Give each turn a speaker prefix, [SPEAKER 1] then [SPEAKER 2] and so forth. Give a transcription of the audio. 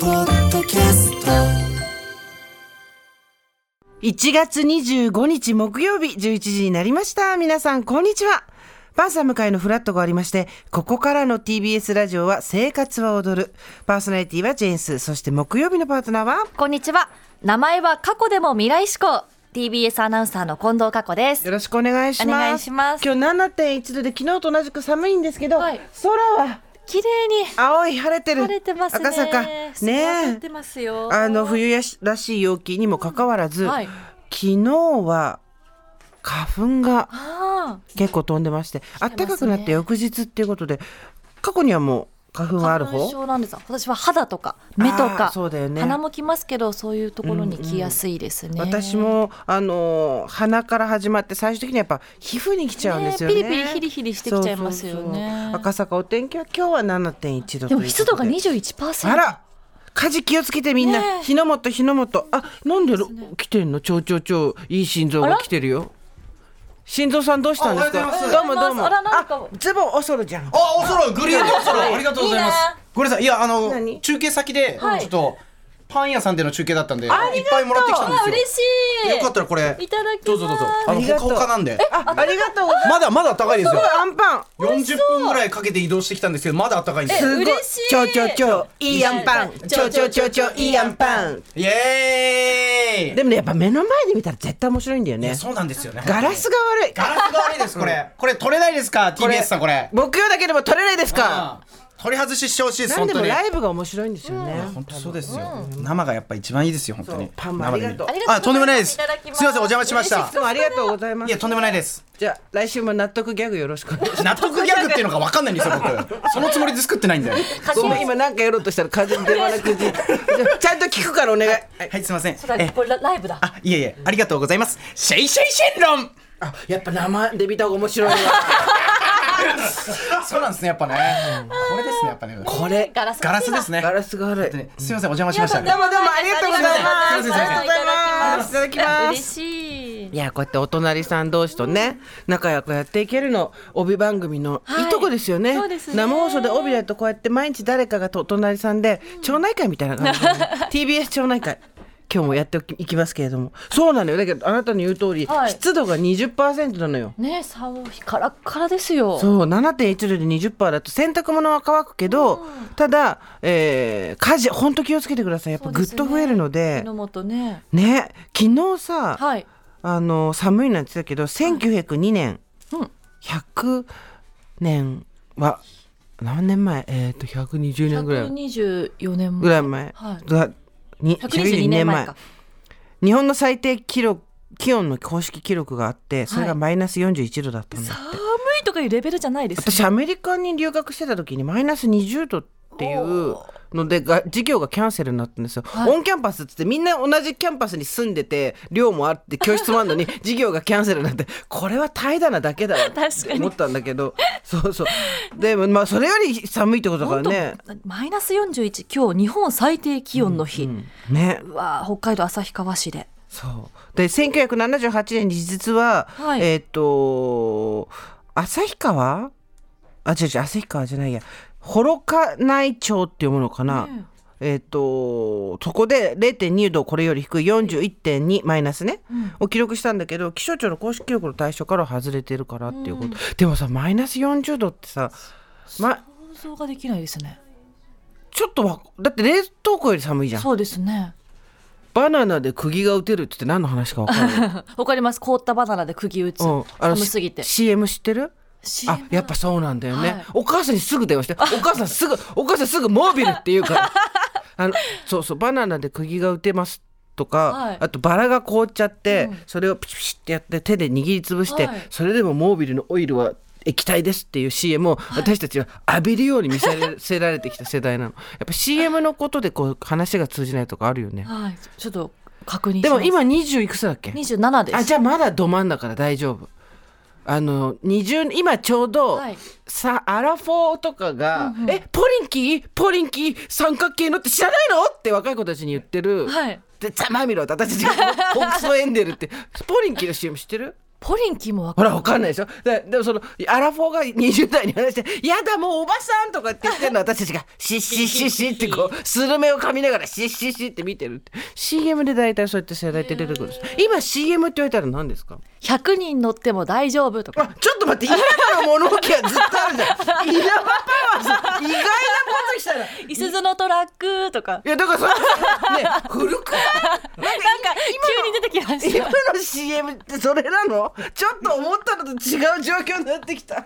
[SPEAKER 1] TBS ポッドキャスト
[SPEAKER 2] 1月25日木曜日11時になりました。皆さん、こんにちは。パンサム会のフラットがありまして、ここからの TBS ラジオは生活は踊る。パーソナリティはジェーンス。そして木曜日のパートナーは
[SPEAKER 3] こんにちは。名前は過去でも未来志向。TBS アナウンサーの近藤佳子です
[SPEAKER 2] よ。ろしくお願いします。
[SPEAKER 3] お願いします
[SPEAKER 2] 今日7.1度で昨日と同じく寒いんですけど、
[SPEAKER 3] はい
[SPEAKER 2] 空は
[SPEAKER 3] 綺麗に
[SPEAKER 2] 青い晴れてる。
[SPEAKER 3] 晴れてますね。
[SPEAKER 2] 赤坂。
[SPEAKER 3] 晴
[SPEAKER 2] ね
[SPEAKER 3] れてますよ。
[SPEAKER 2] あの、冬やしらしい陽気にもかかわらず、
[SPEAKER 3] はい
[SPEAKER 2] 昨日は花粉が
[SPEAKER 3] あー
[SPEAKER 2] 結構飛んでまして、あったかくなって翌日っていうことで、過去にはもう花粉はある
[SPEAKER 3] 花粉
[SPEAKER 2] 方
[SPEAKER 3] 症なんです。私は肌とか目と
[SPEAKER 2] あー
[SPEAKER 3] か、
[SPEAKER 2] そうだよね
[SPEAKER 3] 鼻もきますけど、そういうところに来やすいですね。
[SPEAKER 2] 私も、あのー鼻から始まって最終的にはやっぱ皮膚に来ちゃうんですよね
[SPEAKER 3] ねピリピリヒリヒリしてきちゃいますよね
[SPEAKER 2] 赤坂お天気は今日は7.1度
[SPEAKER 3] でも湿度が
[SPEAKER 2] ということで
[SPEAKER 3] 21%。
[SPEAKER 2] あら火事気をつけてみんな、
[SPEAKER 3] ねえ
[SPEAKER 2] 日の元日の元あなんで来てんのちょうちょうちょういい心臓が来てるよ心臓さんどうしたんです
[SPEAKER 4] あお
[SPEAKER 2] か
[SPEAKER 4] はようご
[SPEAKER 2] ど
[SPEAKER 4] ざい
[SPEAKER 2] うも
[SPEAKER 3] ます
[SPEAKER 2] どうも
[SPEAKER 3] あらなんか
[SPEAKER 2] ズボンおそろじゃん
[SPEAKER 4] あ、おそろい、グリーンでおそろい、ありがとうございます
[SPEAKER 3] いいな。
[SPEAKER 4] ごめんなさい、いや、あの
[SPEAKER 2] 何、
[SPEAKER 4] 中継先で、ちょ
[SPEAKER 3] い
[SPEAKER 4] っと、パン屋さんでの中継だったんで、いっ
[SPEAKER 2] り
[SPEAKER 4] ぱいもらってきたん
[SPEAKER 3] あ
[SPEAKER 4] で
[SPEAKER 3] 嬉
[SPEAKER 4] す
[SPEAKER 3] しい。
[SPEAKER 4] よ。よかったら、これ、
[SPEAKER 3] いただきます。
[SPEAKER 4] どうぞどうぞ。あ
[SPEAKER 2] あ
[SPEAKER 4] の、
[SPEAKER 2] り
[SPEAKER 4] ほ
[SPEAKER 2] が
[SPEAKER 4] か
[SPEAKER 2] とう
[SPEAKER 4] ほかなんで。
[SPEAKER 2] あありがとうございます
[SPEAKER 4] まだまだ高いですよ。
[SPEAKER 2] アンパン
[SPEAKER 4] 40分ぐらいかけて移動してきたんですけど、まだ高いんです
[SPEAKER 2] す
[SPEAKER 4] よ。
[SPEAKER 2] ごい
[SPEAKER 3] 嬉しい
[SPEAKER 2] ちょうちょうちょういいアンパンちょうちょうちょうちょういいアンパン
[SPEAKER 4] イエーイ
[SPEAKER 2] でもねやっぱ目の前で見たら絶対面白いんだよ
[SPEAKER 4] いや
[SPEAKER 2] ね
[SPEAKER 4] そうなんですよね。
[SPEAKER 2] ガラスが悪い
[SPEAKER 4] ガラスが悪いです、これ。これ、取れないですか、TBS さん、これ。
[SPEAKER 2] 木曜だけでも撮れないですか
[SPEAKER 4] うん取り外ししてほしいです、
[SPEAKER 2] な
[SPEAKER 4] 本
[SPEAKER 2] んで
[SPEAKER 4] 当
[SPEAKER 2] も
[SPEAKER 4] に。
[SPEAKER 2] ライブが面白いんですよね
[SPEAKER 4] 本当そうですよ。生がやっぱ一番いいですよ、本当
[SPEAKER 2] そ
[SPEAKER 4] に
[SPEAKER 2] う。パンも
[SPEAKER 4] 生で見る
[SPEAKER 2] ありがとう
[SPEAKER 3] ありが
[SPEAKER 4] あ、
[SPEAKER 3] と
[SPEAKER 4] と
[SPEAKER 3] うん
[SPEAKER 4] で
[SPEAKER 3] ご
[SPEAKER 4] も
[SPEAKER 3] ざ
[SPEAKER 4] ないで。
[SPEAKER 3] います
[SPEAKER 4] す
[SPEAKER 3] いただき
[SPEAKER 4] み
[SPEAKER 3] ま
[SPEAKER 4] ますせん、お邪魔しました
[SPEAKER 2] い。つもありがとうございま
[SPEAKER 4] いや、
[SPEAKER 2] す
[SPEAKER 4] とんでもないです。
[SPEAKER 2] じゃあ来週も納得ギャグよろしくお願いします
[SPEAKER 4] 納得ギャグっていうのが分かんないんですよ、僕。そのつもりで作ってないんだよ。
[SPEAKER 2] ごめん今なんかやろうとしたら風に出なく じちゃんと聞くからお願い
[SPEAKER 4] はい、すいません。
[SPEAKER 3] だ
[SPEAKER 4] え
[SPEAKER 3] これラライブだ。
[SPEAKER 4] あ、いえいえ、ありがとうございます。シェイシェイシェンロン
[SPEAKER 2] あやっぱ生で見た方が面白いわ
[SPEAKER 4] そうなんですね、やっぱね。これですね、やっぱね。
[SPEAKER 2] これ
[SPEAKER 3] ガラス
[SPEAKER 4] ガラスですね。
[SPEAKER 2] ガラスが悪い
[SPEAKER 4] ねすいません、お邪魔しましたね。
[SPEAKER 2] どうもどうもありがとうございます。
[SPEAKER 4] ありがとうご
[SPEAKER 3] ざ
[SPEAKER 2] あ
[SPEAKER 3] います
[SPEAKER 2] りがとうございます。いただきま
[SPEAKER 3] 嬉
[SPEAKER 2] す。
[SPEAKER 3] しい。
[SPEAKER 2] いやこうやってお隣さん同士とね仲良くやっていけるの帯番組のいいとこですよね,、
[SPEAKER 3] そうですね
[SPEAKER 2] 生放送で帯だとこうやって毎日誰かがとお隣さんで町内会みたいな感じで、TBS 町内会今日もやっておきいきますけれどもそうなのよだけどあなたの言う通り、
[SPEAKER 3] はい
[SPEAKER 2] 湿度が20%なのよ
[SPEAKER 3] ねえ、サオヒカラッカラですよ。
[SPEAKER 2] そう7.1度で20%だと洗濯物は乾くけど、ただ、えー火事本当気をつけてくださいやっぱ
[SPEAKER 3] そう
[SPEAKER 2] ぐ
[SPEAKER 3] で
[SPEAKER 2] っ
[SPEAKER 3] すね
[SPEAKER 2] と増えるので
[SPEAKER 3] 榎本ね。
[SPEAKER 2] ね昨日さ、
[SPEAKER 3] はい。
[SPEAKER 2] あの寒いなんて言ってたけど1902年、
[SPEAKER 3] うん
[SPEAKER 2] 100年は何年前えっ、と120年ぐらい
[SPEAKER 3] 124年
[SPEAKER 2] ぐら
[SPEAKER 3] 前。
[SPEAKER 2] い前、
[SPEAKER 3] はい
[SPEAKER 2] がに
[SPEAKER 3] 122年前か。
[SPEAKER 2] 日本の最低記録気温の公式記録があってそれがマイナス41度だったんだ、
[SPEAKER 3] 寒いとかいうレベルじゃないです。
[SPEAKER 2] 私アメリカに留学してた時にマイナス20度っていうのでが授業がキャンセルになったんですよ、
[SPEAKER 3] はい
[SPEAKER 2] オンキャンパスっつってみんな同じキャンパスに住んでて寮もあって教室もあるの に授業がキャンセルになってこれは怠惰なだけだわ
[SPEAKER 3] 確かに
[SPEAKER 2] って思ったんだけどそうそうでもまあそれより寒いってことだから
[SPEAKER 3] 本当
[SPEAKER 2] ね
[SPEAKER 3] マイナス41、今日日本最低気温の日。
[SPEAKER 2] ね
[SPEAKER 3] うわあ北海道旭川市で。
[SPEAKER 2] そうで1978年に実は、
[SPEAKER 3] はい
[SPEAKER 2] えーっ、と旭川あ違う違う旭川じゃないや幌加内町っていうものかな、えーっ、とそこで0.2度これより低い41.2マイナスね、を記録したんだけど気象庁の公式記録の対象から外れてるからっていうこと、でもさマイナス40度ってさ、ま、
[SPEAKER 3] 想像ができないですね。
[SPEAKER 2] ちょっとわだって冷凍庫より寒いじゃん
[SPEAKER 3] そうで すね。
[SPEAKER 2] バナナで釘が打てるってって何の話か分かる
[SPEAKER 3] わかります。凍ったバナナで釘打つ。
[SPEAKER 2] うんあの
[SPEAKER 3] 寒すぎて。
[SPEAKER 2] C- CM 知ってるあ
[SPEAKER 3] CM
[SPEAKER 2] やっぱそうなんだよね、
[SPEAKER 3] はい
[SPEAKER 2] お母さんにすぐ電話 してお母さんすぐお母さんすぐモービルって言うからあのそうそうバナナで釘が打てますとか、
[SPEAKER 3] はい
[SPEAKER 2] あとバラが凍っちゃって、それをピシピシってやって手で握りつぶして、
[SPEAKER 3] はい
[SPEAKER 2] それでもモービルのオイルは液体ですっていう CM を私たちは浴びるように見せられせられてきた世代なのやっぱ CM のことでこう話が通じないとかあるよね
[SPEAKER 3] はい。ちょっと確認し
[SPEAKER 2] で
[SPEAKER 3] ます
[SPEAKER 2] も今20いくつだっけ
[SPEAKER 3] 27です
[SPEAKER 2] あじゃあまだど真ん中だ大丈夫あの20今ちょうど、
[SPEAKER 3] はい
[SPEAKER 2] さアラフォーとかが「えポリンキーポリンキー三角形のって知らないの?」って若い子たちに言ってる、
[SPEAKER 3] はい
[SPEAKER 2] でざまあみろって私たちが「ホークスのエンデル」ってポリンキーの CM 知ってる
[SPEAKER 3] ポリンキーもわか
[SPEAKER 2] ほら、わかんないでしょででもその、アラフォーが20代に話して、やだ、もうおばさんとかって言ってんの、私たち が、シッシッシッシッってこう、スルメを噛みながら、シッシッシッって見てるって。CM で大体そうやって世代って出てくるんです。今 CM って言われたら何ですか
[SPEAKER 3] 100人乗っても大丈夫とか
[SPEAKER 2] あ、ちょっと待って、稲葉の物置はずっとあるじゃん。 稲葉パワーさ、意外なことしたら。い
[SPEAKER 3] いすゞのトラックとか
[SPEAKER 2] や、だからそれ、ね、古くない
[SPEAKER 3] なんか急に出てきま し
[SPEAKER 2] 今
[SPEAKER 3] た
[SPEAKER 2] の CM ってそれなのちょっと思ったのと違う状況になってきた。